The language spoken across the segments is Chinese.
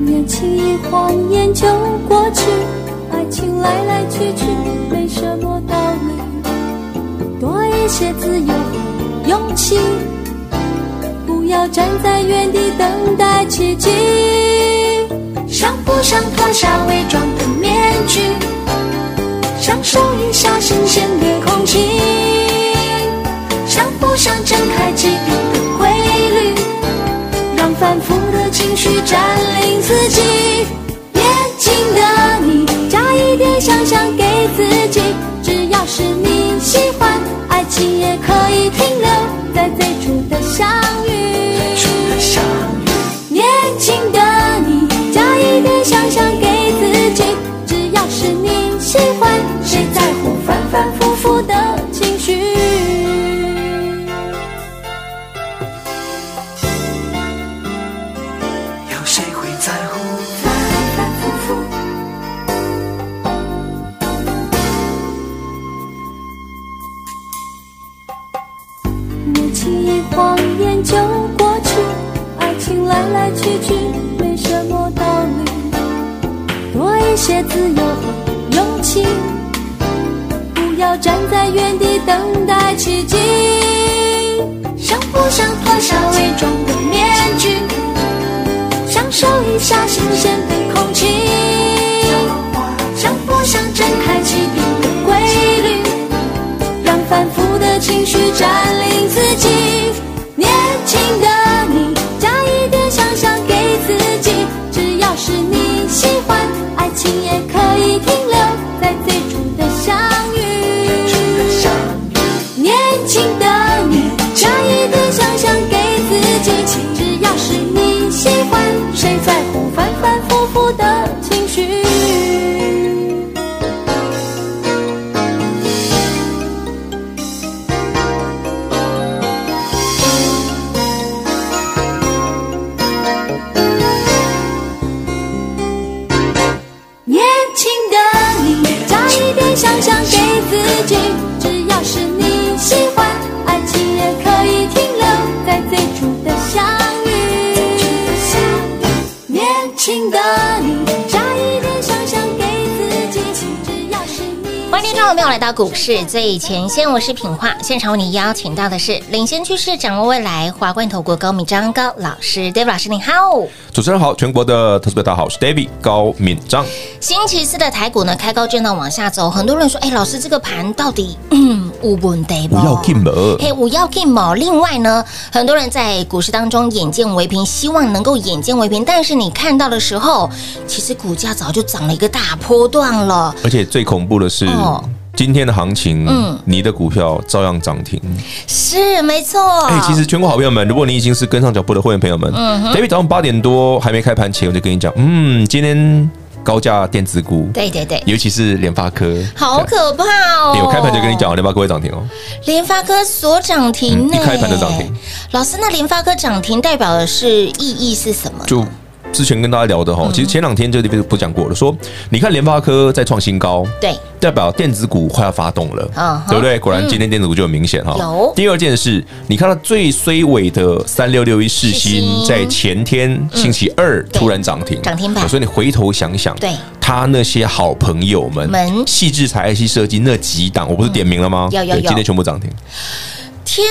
年轻一晃眼就过去，爱情来来去去没什么道理，多一些自由和勇气，不要站在原地等待奇迹。上不上脱下伪装的面具，享受一下新鲜的空气。上不上睁开几率的规律，让反复的情绪占领自己。年轻的你，加一点想象给自己。只要是你喜欢，爱情也可以停留在最初的相遇。年轻的你，加一点想象给自己。只要是你喜欢，谁在乎反反复复的情绪？有谁会在乎？反反复复。年轻一晃眼就过去，爱情来来去去没什么道理，多一些自由和勇气，不要站在原地等待奇迹。想不想脱下伪装的面具？享受一下新鲜的空气。想不想睁开奇异的规律，让反复的情绪占领自己？年轻的你，加一点想象给自己，只要是你喜欢，爱情也可以停留在最初的相遇。年轻的你，加一点想象给自己，只要是你喜欢，谁在乎反反复复的情绪？年轻的你，加一点想象给自己，只要是你喜欢，爱情也可以停留在最初的相遇。年轻的你，加一点想象给自己，只要是你。欢迎听众朋友来到股市最前线，我是品化。现场为你邀请到的是领先趋势、掌握未来华冠投顾高敏章高老师，David 老师，你好。主持人好，全国的投资者大家好，我是 David 高敏章。星期四的台股呢，开高震荡往下走，很多人说，哎，老师这个盘到底嗯无问题不不要进门，嘿，我要 game 哦。另外呢，很多人在股市当中眼见为凭，希望能够眼见为凭，但是你看到的时候，其实股价早就涨了一个大波段了。而且最恐怖的是哦，今天的行情嗯，你的股票照样涨停。是，没错。哎，其实全国好朋友们，如果你已经是跟上脚步的会员朋友们，David 嗯早上八点多还没开盘前，我就跟你讲，嗯，今天高价电子股，对对对，尤其是联发科，好可怕哦！对。啊哎我开盘就跟你讲，，联发科会涨停哦。联发科所涨停呢、嗯一开盘就涨停。老师，那联发科涨停代表的是意义是什么？就之前跟大家聊的哈，嗯其实前两天就不讲过了，说你看联发科在创新高，对，代表电子股快要发动了，嗯哼对不对？果然今天电子股就很明显哈、有第二件事，你看到最衰尾的三六六一世新世新在前天星期二嗯对突然涨停，涨停板所以你回头想想，对他那些好朋友们们，细致才 IC 设计那几档，我不是点名了吗？嗯有有对有今天全部涨停，天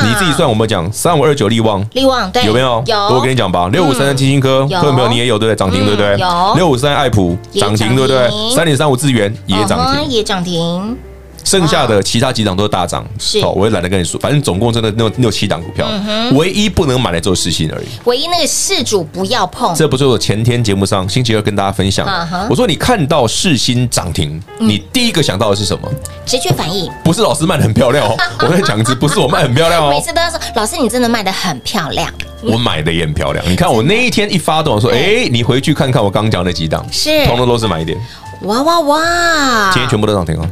哪！你自己算，我们讲三五二九利旺。力旺对有没有？有，嗯我跟你讲吧，六五三三金星科，有各位朋友你也有对不对？涨停嗯对不对？有六五三爱普也涨停涨对不对？停三点三五智源也涨嗯停哼，也涨停，剩下的其他几档都是大涨，是嗯好，我也懒得跟你说，反正总共真的六六七档股票，唯一不能买的只有世新而已。唯一那个事主不要碰，这不是我前天节目上星期二跟大家分享哦啊哈嗯的，我说你看到世新涨停，你第一个想到的是什么？直觉反应。不是老师卖的很漂 亮哦，我在讲一次，不是我卖得很漂亮每哦，次都要说，老师你真的卖的很漂亮，我买的也很漂亮。你看我那一天一发动，我说，哎，你回去看看我刚讲那几档，是通通都是买点，哇哇哇！今天全部都涨停哦，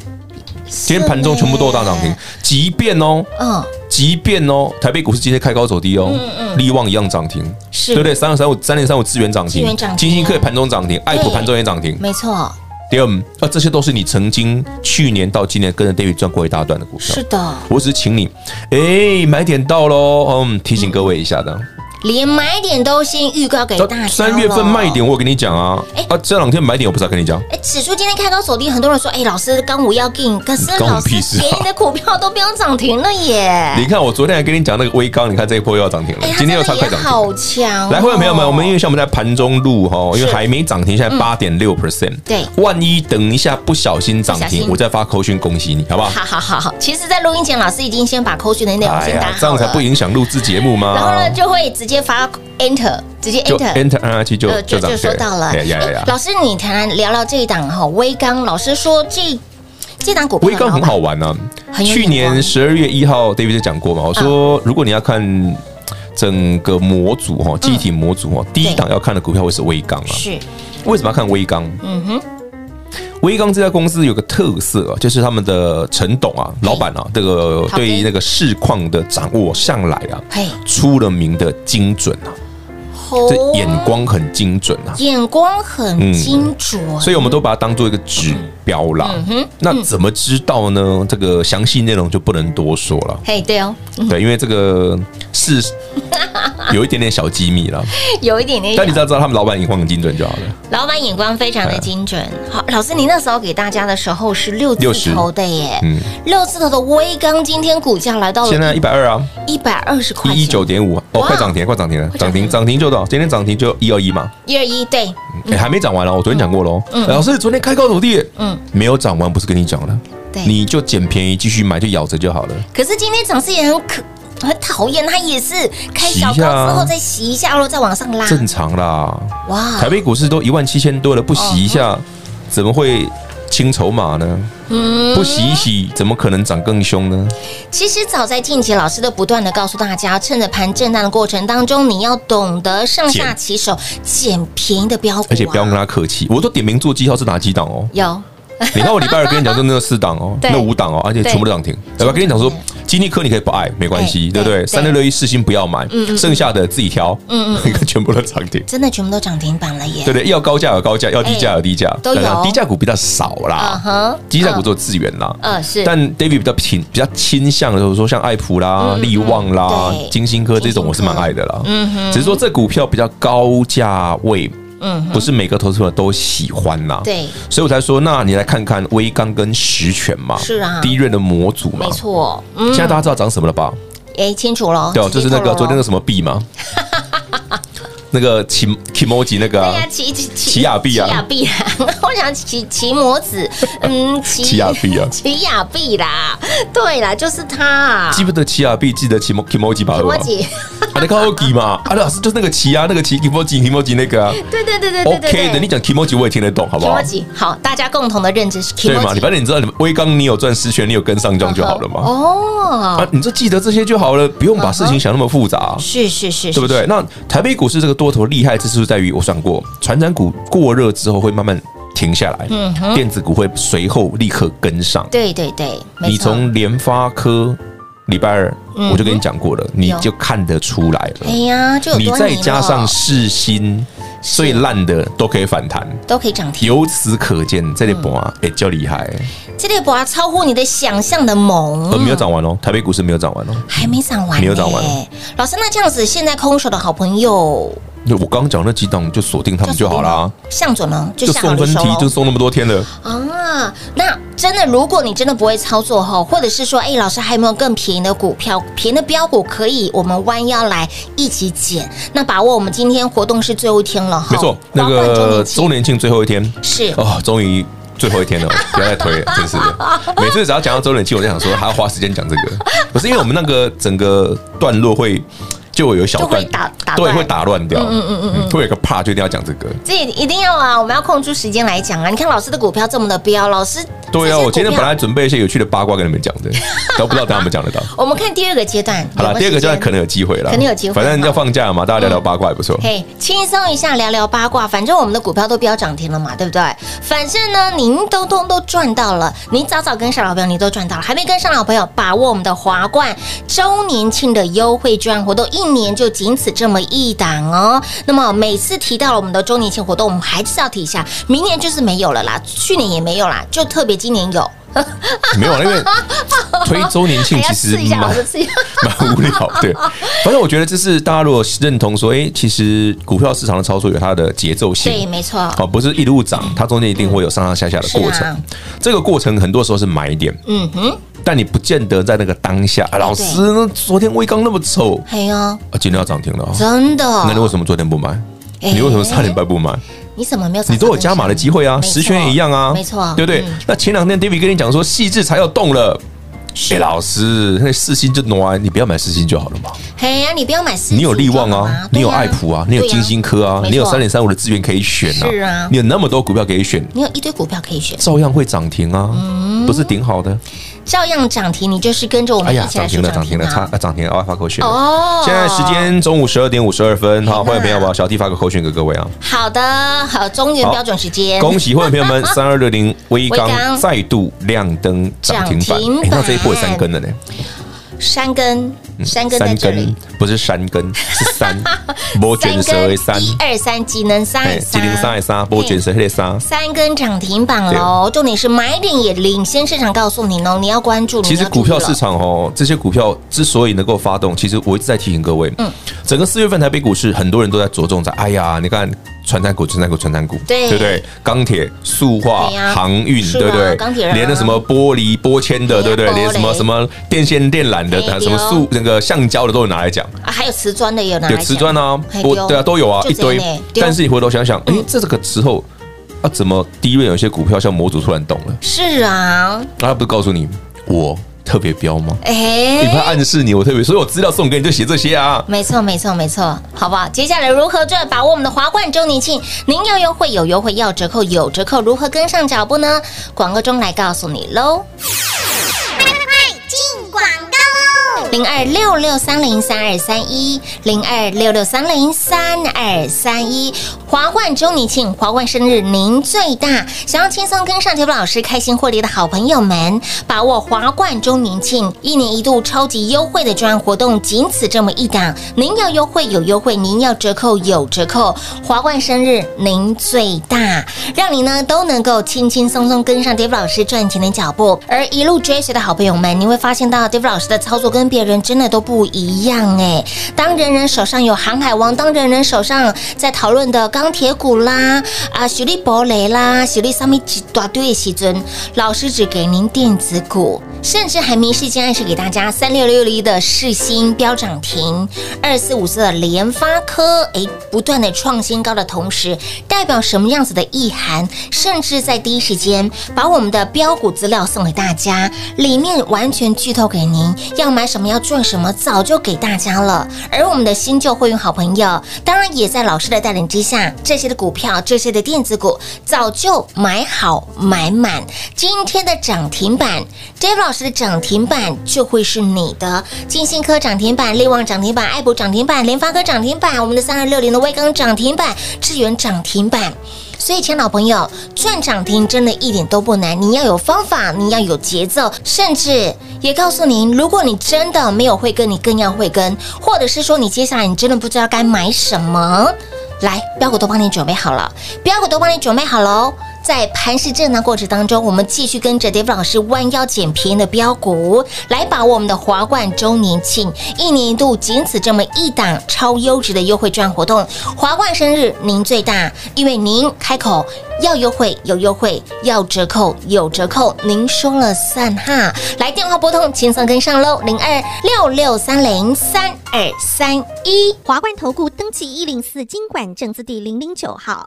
今天盘中全部都有大涨停是，即便哦，嗯，即便哦，台北股市今天开高走低哦，力旺一样涨停，是对不对？三二三五、三零三五资源涨资停源涨，停金星科也盘中涨停，爱普对盘中也涨停。没错，第二，啊，这些都是你曾经去年到今年跟着 David 赚过一大段的股票是。的，我只是请你，哎，买点到喽，嗯，提醒各位一下的。连买点都先预告给嗯哎大家。三月份卖点，。我有跟你讲啊哎，啊，这两天买点我不是要跟你讲，哎，指数今天开高走低，很多人说，哎，老师刚我要进，可是关我老师屁事啊给你的股票都不用涨停了耶。你看我昨天还跟你讲那个微刚，你看这一波又要涨停了哎，，它今天又真差的快也涨停了。好强哦。来，会员朋友们，我们因为像我们在盘中录哈，因为还没涨停，现在八点六 percent。嗯对万一等一下不小心涨不小停心，我再发扣讯恭喜你，好不好？好好好好，其实，在录音前，老师已经先把扣讯的内容先打好了，哎这样才不影响录制节目然后嘛呢，。就会直接发 enter，直接就 enter。 enter 按下去就呃，就涨就停，说到了。对呀呀哎呀！老师，你谈聊聊这一档哈，微刚。老师说这这档股票威刚很好玩啊，很有眼光嗯去年十二月一号，David 就讲过嘛，我说如果你要看整个模组嗯哈，机体模组哈，第一档要看的股票会是威刚啊。是，为什么要看威刚？嗯哼，威刚这家公司有个特色啊，就是他们的陈董啊，老板哎啊，这个好对的那个市况的掌握向来啊，嘿，出了名的精准啊，这吼眼光很精准啊。眼光很精准，嗯所以我们都把它当做一个指标啦。那怎么知道呢？这个详细内容就不能多说了，嘿，对哦，对，因为这个是 有一点点小机密哎了。有一点点但你只要知道他们老板眼光很精准就好了。老板眼光非常哎的精准。好，老师，你那时候给大家的时候是六字60头的耶，嗯，六字头的微刚今天股价来到现在了一百二啊，一百二十块钱，一一九点五哦，哇快涨停，快涨停了，快涨涨停停涨停就多少？今天涨停就一二一嘛，一二一，对，哎，还没涨完哦，我昨天讲过喽。老师，昨天开高走低，嗯嗯，没有涨完，不是跟你讲了，对你就捡便宜继续买，就咬着就好了。可是今天涨势也很可。很讨厌，它也是开小洗一下啊高之后再洗一下，然后再往上拉。正常啦，嗯哇台北股市都一万七千多了，不洗一哦下，嗯怎么会清筹码呢？嗯不洗一洗，怎么可能涨更凶呢？其实早在近期，老师都不断的告诉大家，趁着盘震荡的过程当中，你要懂得上下捡其手，捡便宜的标股、啊，。而且不要跟他客气，我都点名做记号是哪几档哦有你看我礼拜二跟你讲，就那四档 哦，对那五档哦，而且全部都涨停。要不要跟你讲说，金立科你可以不爱，没关系，对对不对？对三六六一四星不要买，剩下的自己挑，嗯嗯，你 看全部都涨停。真的全部都涨停板了耶！对不对，要高价有高价，要低价有啊低价，都有但是低价股比较少嗯啦，哼，低价股做资源啦，嗯是，但 David 比较倾比较倾向的，就是说像爱普啦、力旺啦对、金星科这种，我是蛮爱的啦。只是说这股票比较高价位，嗯不是每个投资者都喜欢啦。，对，所以我才说，那你来看看微钢跟实权嘛，是啊低润的模组嘛没。错，嗯，现在大家知道涨什么了吧？哎，清楚喽，对哦，就是那个昨天那个个什么 币嘛，那个 Kim Kimoji 那个对啊哎呀，奇奇奇亚币啊奇亚币啊， 我想奇奇摩子，嗯，奇奇亚 币啊奇亚币啦，对啦，就是它啊，记不得奇亚币，记得 Kim Kimoji 吧？对吧 摩子，啊，那个 Ogi 嘛，啊，老师就是那个奇啊，那个奇 Kimoji Kimoji 那个啊。对对对对对对 OK 的，你讲 Kimoji 我也听得懂，好不好？ Kimoji，好，大家共同的认知是 Kimoji，对嘛？你反正你知道，你微刚你有赚十权，你有跟上涨就好了嘛。哦啊，，你就记得这些就好了，不用把事情想那么复杂，啊是是是，对不是？对？那台北股市这个多头厉害之处在于，我算过，传染股过热之后会慢慢停下来，嗯电子股会随后立刻跟上。对对对，没错你从联发科礼拜二我就跟你讲过了，你有就看得出来了哎。呀，嗯就有你多再年加了上世新最烂的都可以反弹，都可以涨停，由此可见，这类博嗯啊也较厉害。这类博啊超乎你的想象的猛，呃，没有涨完哦，台北股市没有涨完哦。还没涨完呢，没有涨完老师，那这样子，现在空手的好朋友就我刚刚讲那几档，就锁定他们就好啦。向准呢，就就下好送离分手题，就喽。送那么多天了。啊，那真的，如果你真的不会操作后，或者是说，哎，老师还有没有更便宜的股票、便宜的标股可以我们弯腰来一起捡？那把握我们今天活动是最后一天了哈，没错，那包括周年个庆周年庆最后一天是哦，终于最后一天了， 不要再推了，真是的。每次只要讲到周冷气，我就想说还要花时间讲这个， 不是因为我们那个整个段落会就有一小就会段打打对乱会打乱掉，嗯嗯嗯嗯，会有一个 part 就一定要讲这个。这一定要啊，我们要空出时间来讲啊。你看老师的股票这么的标，老师对这啊，些我今天股本票来准备一些有趣的八卦跟你们讲 的，都不知道等下我们讲得到。我们看第二个阶段，好了，有没有第二个时阶间段可能有机会了，可能有机会反正哈要放假嘛，大家聊聊八卦也不错。嘿，轻松一下，聊聊八卦，反正我们的股票都飙涨停了嘛，对不对？反正呢，您都通都赚到了，您早早跟上老朋友，你都赚到了，还没跟上老朋友，把握我们的华冠周年庆的优惠券活动，一年就仅此这么一档哦。那么每次提到了我们的周年庆活动，我们还是要提一下，明年就是没有了啦，去年也没有啦，就特别今年有。没有啊，因为推周年 庆还要其实试一下，蛮老师试一下。 蛮无聊，对。反正我觉得这是大家如果认同说，哎、其实股票市场的操作有它的节奏性，对，没错，哦，不是一路涨，它中间一定会有上上下下的过是程。啊这个过程很多时候是买点，嗯哼，但你不见得在那个当下。啊、老师，那昨天微刚那么丑，还有啊，今天要涨停了、哦，哦真的，那你为什么昨天不买？哎你为什么上礼拜不买？你怎么没有？你都有加码的机会啊，没错十圈也一样啊，没错对不对？嗯那前两天 David 跟你讲说，细致才要动了。哎、老师，那四星就挪，你不要买四星就好了嘛。嘿呀，你不要买四，你有利旺啊，你有爱普啊，你有金星科啊，你有三点点，三五的资源可以选啊，是啊你有那么多股票可以选，你有一堆股票可以选，照样会涨停啊，不是顶好的。照样涨停，你就是跟着我哎嗯们一呀，起涨来停数了，涨停了，差啊啊涨停了，阿发口选。哦现在时间中午十二点五十二分，好，呐欢迎朋友把小弟发个口选给各位啊！好的，好，中原好标准时间，恭喜会员朋 友们，三二六零微微刚刚再度亮灯涨停板涨停，板哎那这一波有三根了呢，山根，山根在嗯三这里根，不是山根，是 三，波卷蛇为三，一二三，技能哎，三，吉林三还三，波嘿卷蛇黑三。三根涨停板喽，重点是买点也领先市场，告诉你哦，你要关注。其你实要注意股票了市场哦，这些股票之所以能够发动，其实我一直在提醒各位，嗯，整个四月份台北股市，很多人都在着重在，哎呀，你看传产股、传产股、传产股，对对不对？钢铁、塑化对、呀航运，是啊对不对？钢铁人啊连那什么玻璃、玻纤的，对对呀不对？玻连璃什么什么电线电缆的嘿，什对么哦塑那个橡胶的都有拿来讲。啊还有瓷砖的也有拿来有讲，瓷砖啊，嘿我丢对啊都有啊，就一这堆样呢。丢嗯但是你回头想想，哎，这个时候啊，怎么第一轮有些股票像模组突然动了？是啊，那他不是告诉你我特别彪吗？你怕哎，暗示你，我特别，所以我资料送给你就写这些啊。没错，没错，没错，好不好？接下来如何赚？把握我们的华冠周年庆，您要优惠有优惠，要折扣有折扣，如何跟上脚步呢？广告中来告诉你喽。零二六六三零三二三一，零二六六三零三二三一。华冠周年庆，华冠生日您最大，想要轻松跟上节目老师开心获利的好朋友们，把握华冠周年庆一年一度超级优惠的专案活动，仅此这么一档。您要优惠有优惠，您要折扣有折扣，华冠生日您最大，让您呢都能够轻轻松松跟上 Dave 老师赚钱的脚步。而一路追随的好朋友们，你会发现到 Dave 老师的操作跟别人真的都不一样哎。当人人手上有航海王，当人人手上在讨论的钢铁股啦、啊许力博雷啦、许力上面一大堆的时阵，老师只给您电子股，甚至还明示间暗示给大家三六六一的世新飙涨停，二四五四的联发科，哎，不断的创新高的同时，代表什么样子的意涵？甚至在第一时间把我们的标股资料送给大家，里面完全剧透给您，要买什么要赚什么，早就给大家了。而我们的新旧会员好朋友，当然也在老师的带领之下，这些的股票，这些的电子股，早就买好买满。今天的涨停板，Dave 老师的涨停板就会是你的。金信科涨停板，力旺涨停板，爱普涨停板，联发科涨停板，我们的三二六零的威刚涨停板，智源涨停板。所以，亲爱的老朋友，赚涨停真的一点都不难，你要有方法，你要有节奏，甚至也告诉您，如果你真的没有会跟，你更要会跟，或者是说你接下来你真的不知道该买什么，来，标股都帮你准备好了，标股都帮你准备好喽。在盘市震荡过程当中，我们继续跟着 Dave 老师弯腰捡便宜的标股，来把握我们的华冠周年庆，一年一度仅此这么一档超优质的优惠券活动。华冠生日您最大，因为您开口要优惠有优惠，要折扣有折扣，您说了算哈。来电话拨通，轻松跟上喽，零二六六三零三二三一。华冠投顾登记一零四经管证字第零零九号。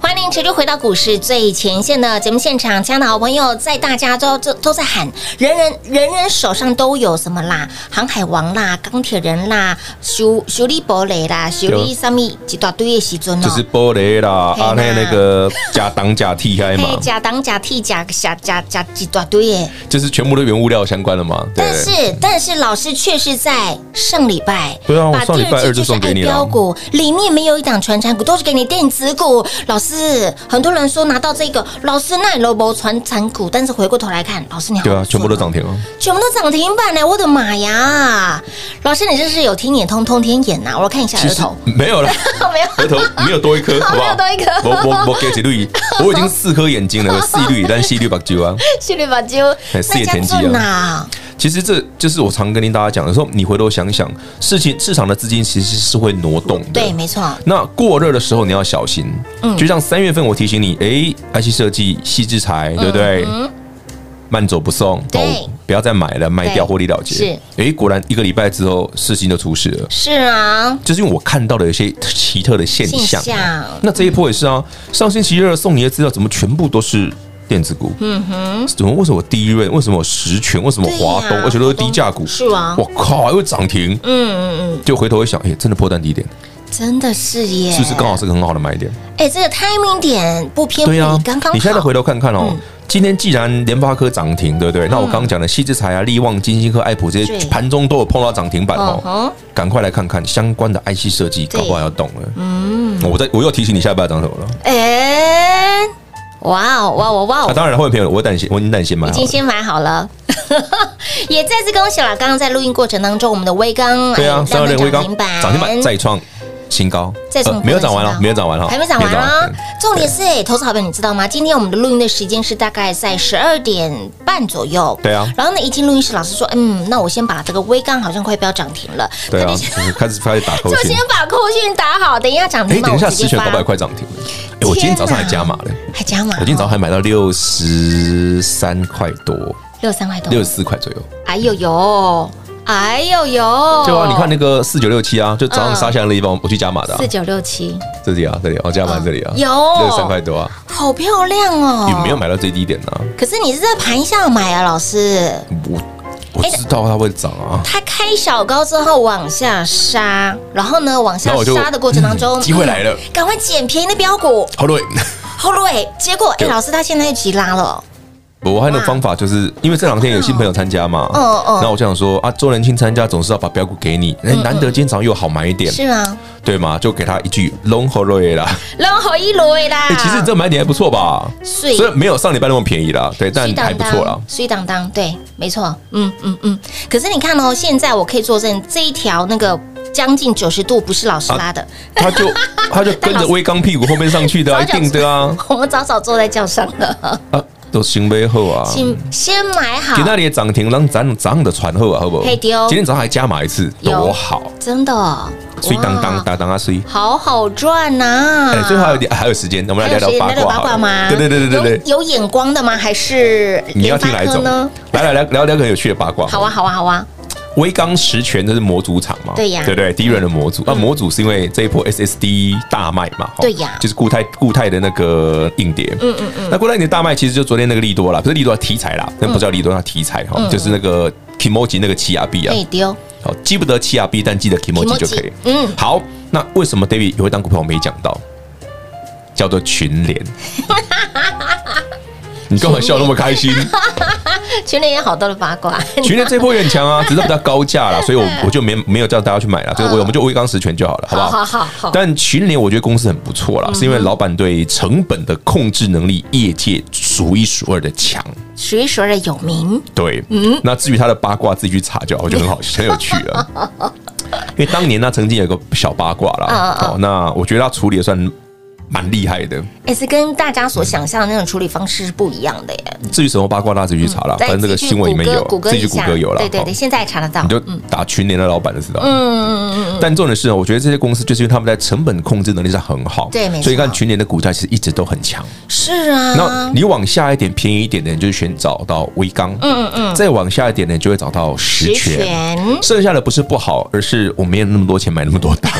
欢迎持续回到股市最前线的节目现场，亲爱的好朋友，在大家都都都在喊，人人人人手上都有什么啦？航海王啦，钢铁人啦，修修理堡垒啦，修理上面一大堆的时阵就哦是。玻璃啦，嘿啦啊那那个假挡假替还嘛嘿，，假挡假替假假假假一大堆耶！就是全部都原物料相关的嘛。对但，是但是老师却是在上礼拜，对啊我把上礼第拜季二就送给你就是爱了标股里面没有一档传产股，都是给你电子股。老师，很多人说拿到这个，老师那你都没传产股，但是回过头来看，老师你好对啊，不错全部都涨，停哦。全部都涨停板呢！我的妈呀！老师你这是有天眼通通天眼呐、啊我看一下其额实头，哦没有了， 没有。额头没有多一 颗，好不好？没有多一颗我我我给几 绿，我已经四颗眼睛了，有四绿，但四绿把九啊。心里把揪，哎四眼田鸡啊呐，其实这就是我常跟大家讲的，说你回头想想，事情市场的资金其实是会挪动的。对，没错，那过热的时候你要小心，嗯就像三月份我提醒你，诶 i c 设计、细制裁，对不对？慢走不送，对哦不要再买了，卖掉对获利了结。是，诶，果然一个礼拜之后，事情就出事了。是啊，就是因为我看到了一些奇特的现象啊，现象那这一波也是啊。上星期二送你的资料怎么全部都是电子股？嗯哼，怎么为什么第一润？为什么十全？为什么华对东？呀而且都是低价股？是啊我靠，又涨停。嗯嗯嗯，就回头会想，哎，真的破蛋低点，真的是耶，是不是刚好是个很好的买点？哎、这个 timing 点不偏不对倚，啊，刚刚好。嗯你现在再回头看看哦。今天既然联发科涨停，对不对？那我刚刚讲的西之财啊、力旺、金星科、爱普这些对盘中都有碰到涨停板嗯哦，哼，赶快来看看相关的 IC 设计，对搞不好要动了。嗯，我再我又提醒你下一半要涨什么了。哎、哇哦哇哦哇啊，哦！当然了，会员朋友，我带你先，我已经带你先买已好经了。先买好了， 也再次恭喜了。刚刚在录音过程当中，我们的微刚对啊哎，三二亮零灯微刚涨停板，涨停板再创新高，再创呃没有涨完新了高，没有涨完了，还没涨完啊没有涨完！嗯重点是，哎，投资好朋友，你知道吗？今天我们的录音的时间是大概在十二点半左右。对啊然后呢，一进录音室，老师说，嗯，那我先把这个微刚好像快标涨停了，对啊，那就就先是开始开始 打就扣先线。把扣讯打好，等一下涨哎，停板等一我下，直接十全发搞不好快涨停了。哎，我今天早上还加码嘞，还加码哦，我今天早上还买到六十三块多，六三块多，六十四块左右。哎呦呦，哎呦呦，对啊，你看那个四九六七啊，就早嗯上杀下来的地方，我去加码的啊四，九六七，这里啊，这里啊我加码这里啊，哦有六十三块多啊，好漂亮哦！哎有没有？买到最低点啊呢？可是你是在盘下买啊，老师，我我知道它会涨啊，它开小高之后往下杀，然后呢往下那我就杀的过程当中，嗯机会来了，赶快捡便宜的标股，好 对。后来结果哎，对老师他现在又急拉了，我还有一种方法，就是因为这两天有新朋友参加嘛，嗯嗯那我就想说啊，周年庆参加总是要把标股给你，哎，难得今天早上又好买一点，是啊吗？对吗？就给他一句 long h o l y 啦，然后一轮啦哎，，其实这买点还不错吧，水虽然没有上礼拜那么便宜啦，对，但水还当不错啦当，。水当当，对，没错，嗯嗯嗯。可是你看哦，现在我可以作证，这一条那个将近九十度不是老师拉的，他 就他就跟着微刚屁股后面上去啊的啊，一定的啊， 我们早早坐在轿上了，啊，都行背后啊。请先买好给，那里的涨停，让咱咱的传后啊，好不好？嘿对哦今天早上还加码一次，有多好，真的哦，水当当哇，当当啊水。好好赚呐！哎，最后还有点还有时间，我们还来有聊谁聊八聊聊卦八好卦了吗？对对对对对对，有有眼光的吗？还是你要听哪一联发科种呢？？来来来聊聊个有趣的八卦。好啊，，好啊，好啊，微刚十全这是模组厂嘛？对呀嗯对不对？第一轮的模组，那模组是因为这一波 SSD 大卖嘛？哦对呀就是固态固态的那个硬碟。嗯嗯嗯。那固态硬碟大卖，其实就昨天那个利多啦，不是利多题材嗯啦，那不叫利多，那题材哈，就是那个 Kimoji 那个奇亚币啊可。以丢，好，记不得奇亚币，但记得 Kimoji 就可以 Kimoji，。嗯好，那为什么 David 有一档股票我没讲到， 叫做群联？你干嘛笑那么开心？群里也好多的八卦，群联这波也很强啊，只是比较高价 啦，所以我我就没没有叫大家去买了，所以我我们就微刚十全就好了，好不嗯好好好嗯但群联我觉得公司很不错啦，是因为老板对成本的控制能力，业界数一数二的强。数一数二的有名，对，嗯那至于他的八卦，自己去查就好，我觉得很好，很有趣了。 因为当年他曾经有个小八卦啦，嗯嗯哦，那我觉得他处理的算蛮厉害的。也是跟大家所想象的那种处理方式是不一样的耶。至于什么八卦，大家自己去查啦，嗯再反正这个自己去新闻里面有谷，歌自己一去谷下歌有啦。对对对，哦现在也查得到。你就嗯打群联的老板就知道。嗯嗯嗯，但重点是呢，哦我觉得这些公司就是因为他们在成本控制能力上很好，对没错所以看群联的股价其实一直都很强。是啊。那你往下一点便宜一点的，你就选找到微刚，嗯嗯嗯，再往下一点呢，你就会找到实权。剩下的不是不好，而是我没有那么多钱买那么多 档。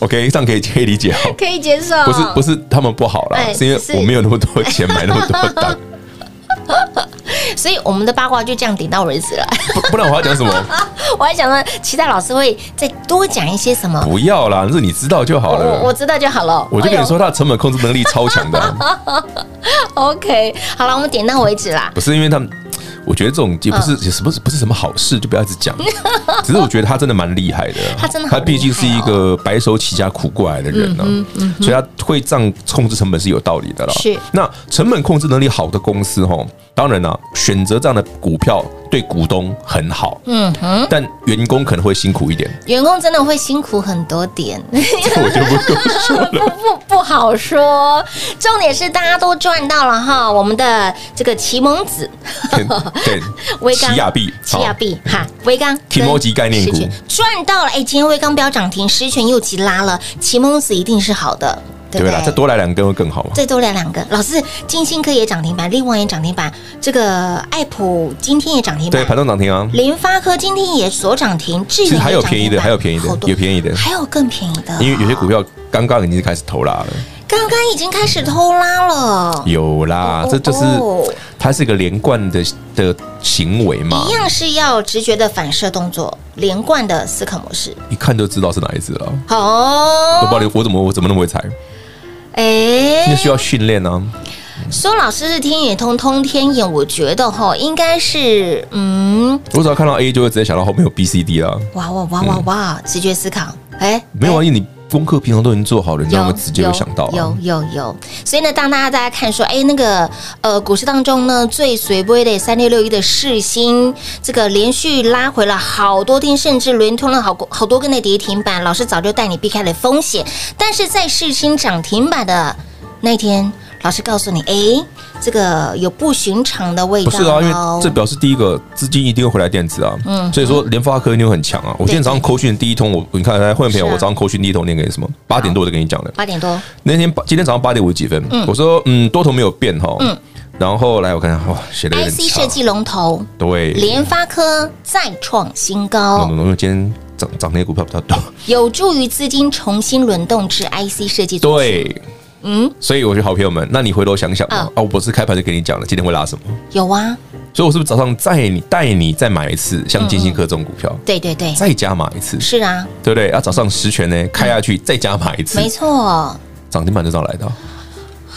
OK，这样可以可以理解哦，可以接受，不是不是他们不好啦，哎是因为是我没有那么多钱买那么多 档，所以我们的八卦就这样顶到为止了。 不不然我要讲什么？我还想说，期待老师会再多讲一些什么。不要啦，这你知道就好我我了。知道就好了。我就哎跟呦你说，它的成本控制能力超强的啊、 ，OK，好了，我们点到为止啦。不是因为他们，我觉得这种也不是嗯也是不是不是什么好事，就不要一直 讲。只是我觉得他真的蛮厉害的，他真的好哦他毕竟是一个白手起家苦过来的人呢、哦嗯所以他会这样控制成本是有道理的啦。是那成本控制能力好的公司吼，当然啦、选择这样的股票对股东很好，嗯哼，但员工可能会辛苦一 点，员工真的会辛苦很多点， 这我就不多说了。不不不好说。重点是大家都赚到了哈，我们的这个奇蒙子、对，威刚奇亚币，奇亚币哈、威刚、 Kimoji 概念股实权赚到了。哎，今天威刚飙涨停，实权又急拉了，奇蒙子一定是好的，对对不啦，再对？多来两根会更好嘛。再多来两个，老师，金星科也涨停板，力旺也涨停板，这个爱普今天也涨停对，盘板，中涨停啊。联发科今天也所涨停，智其源实也还有涨便宜停的，板还有便宜的好，多有便宜的。还有更便宜的，因为有些股票刚刚已经开始投啦了，刚刚已经开始偷拉了，有啦哦，这就是哦它是一个连贯的的行为嘛一，样是要直觉的反射动作，连贯的思考模式。一看就知道是哪一只了。好、我不知道我怎么我怎么那么会猜，那哎，需要训练啊。说老师是天眼通，通天眼，我觉得哈，应该是嗯，我只要看到 A 就会直接想到后面有 B、C、D 啦。哇哇哇哇哇，直觉思考，哎，没有啊，因为你功课平常都已经做好了，你有让我们直接会想到啊。有有有有，所以呢，当大家大家看说，哎，那个呃，股市当中呢，最随波的三六六一的世星，这个连续拉回了好多天，甚至连吞了好多好多根的跌停板，老师早就带你避开了风险，但是在世星涨停板的那一天，老师告诉你，哎，这个有不寻常的味不道、哦是啊，因为这。表示第一个资金一定会回来电子啊，嗯所以说联发科一定会很强啊。我今天早上扣讯第一通，我你看来会员朋友，是啊我早上扣讯第一通念给你什么？八点多我就跟你讲了。八点多，那天八今天早上八点五十几分，我说嗯，多头没有变哈，然后来我看看哇，写的有点 IC 差嗯设，计龙头对，联发科再创新那高我，们今天涨涨那些股票比较 多，有助于资金重新轮动至 IC 设计族群。对，嗯，所以我觉得好朋友们，那你回头想想啊嗯，啊我不是开盘就给你讲了，今天会拉什么，有啊，所以我是不是早上带你带你再买一次，像金星科这种股票，对对对，再加码一次，是啊，对不对？啊，早上十全呢开下去再加码一次嗯没，错，涨停板就这样来的啊。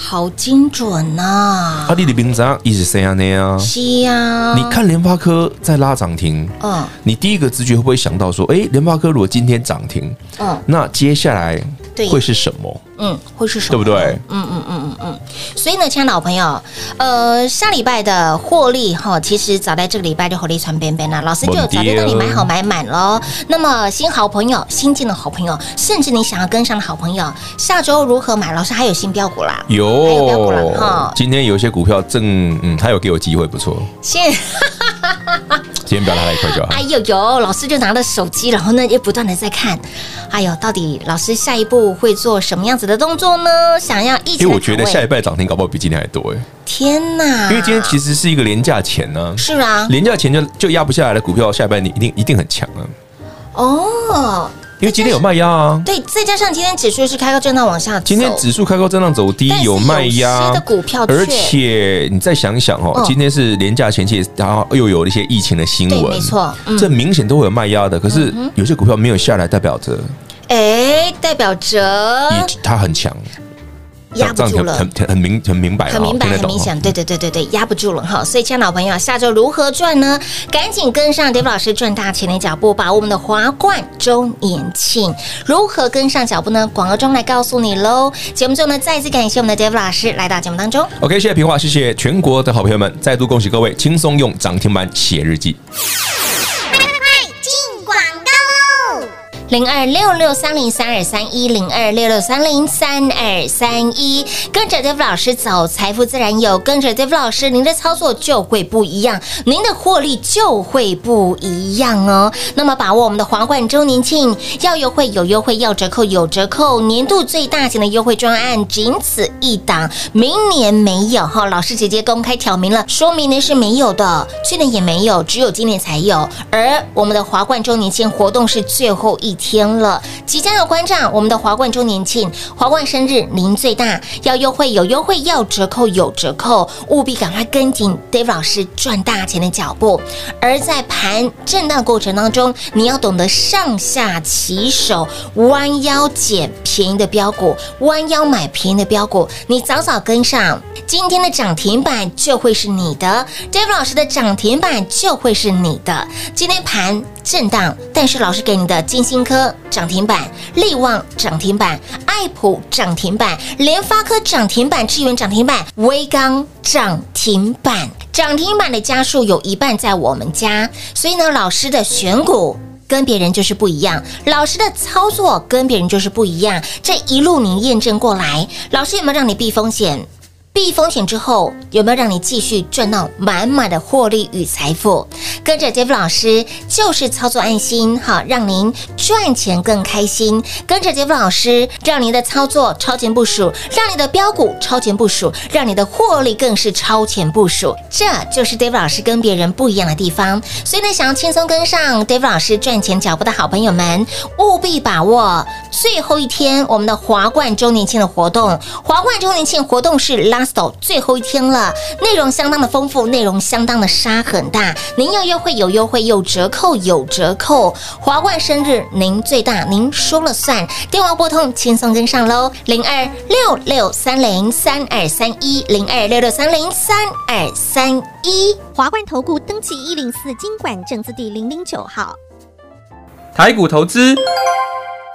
好精准呐、啊，你的平常一直这样那样啊，是呀，你，看联发科在拉涨停，嗯你第一个直觉会不会想到说，诶，联发科如果今天涨停，嗯那接下来对会是什么？嗯，会是什对么？不对？？嗯嗯嗯嗯嗯。所以呢，亲爱的好朋友，呃，下礼拜的获利哈，其实早在这个礼拜就获利传边边了，老师就稳早跌就哦带你买好买满喽。那么新好朋友、新进的好朋友，甚至你想要跟上的好朋友，下周如何买？老师还有新标股啦，还有标股啦有哈，今天有一些股票正，嗯，它有给我机会，不错。现。今天不要拉太快就好哎。呦呦，老师就拿着手机，然后呢也不断的在看，哎呦，到底老师下一步会做什么样子的动作呢？想要一起因为来我觉得卡位下一拜涨停搞不好比今天还多哎，天哪，因为今天其实是一个廉价钱呢，是啊，廉价钱就就压不下来的股票，下一拜你一定一定很强啊，哦，因为今天有卖压啊，对，再加上今天指数是开高震荡往下走，今天指数开高震荡走低但，是有卖有压些的股票却而且你再想一想哦哦嗯，今天是廉价前期，然后又有一些疫情的新闻，对没错嗯这明显都会有卖压的。可是有些股票没有下来，代表着哎，代表着一它很强，压不这样住很了很很很明很明白了，很明白，听得很懂明哦显，对对对对对，压不住了哈。所以，亲爱的老朋友，下周如何赚呢？赶紧跟上 Dave 老师赚大钱的脚步，把我们的华冠周年庆如何跟上脚步呢？广告中来告诉你喽。节目中呢，再次感谢我们的 Dave 老师来到节目当中。 OK，谢谢平话，谢谢全国的好朋友们，再度恭喜各位轻松用涨停板写日记。进广告喽！零二六六三零三二三一零二六六三零三二三一，跟着 Dave 老师走，财富自然有；跟着 Dave 老师，您的操作就会不一样，您的获利就会不一样哦。那么把握我们的皇冠周年庆，要优惠有优惠，要折扣有折扣，年度最大型的优惠专案仅此一档，明年没有哈。老师直接公开挑明了，说明年是没有的，去年也没有，只有今年才有。而我们的华冠周年庆活动是最后一天了，即将有观战。我们的华冠周年庆，华冠生日您最大，要优惠有优惠，要折扣有折扣，务必赶快跟紧 Dave 老师赚大钱的脚步。而在盘震荡过程当中，你要懂得上下其手，弯腰捡便宜的标股，弯腰买便宜的标股，你早早跟上，今天的涨停板就会是你的，Dave 老师的涨停板就会是你的。今天盘震荡，但是老师给你的金星科涨停板、力旺涨停板、爱普涨停板、联发科涨停板、智源涨停板、威刚涨停板。涨停板的家数有一半在我们家，所以呢，老师的选股。跟别人就是不一样，老师的操作跟别人就是不一样。这一路你验证过来，老师有没有让你避风险？避风险之后，有没有让你继续赚到满满的获利与财富？跟着 Dave 老师就是操作安心，好让您赚钱更开心。跟着 Dave 老师，让您的操作超前部署，让你的标股超前部署，让你的获利更是超前部署。这就是 Dave 老师跟别人不一样的地方。所以呢，想要轻松跟上 Dave 老师赚钱脚步的好朋友们，务必把握最后一天我们的华冠周年庆的活动。华冠周年庆活动是 last 最后一天了，内容相当的丰富，内容相当的杀很大。您要优惠有优惠，有折扣有折扣。华冠生日您最大，您说了算。电话拨通，轻松跟上喽，零二六六三零三二三一零二六六三零三二三一。华冠投顾登记一零四经管证字第零零九号。台股投资，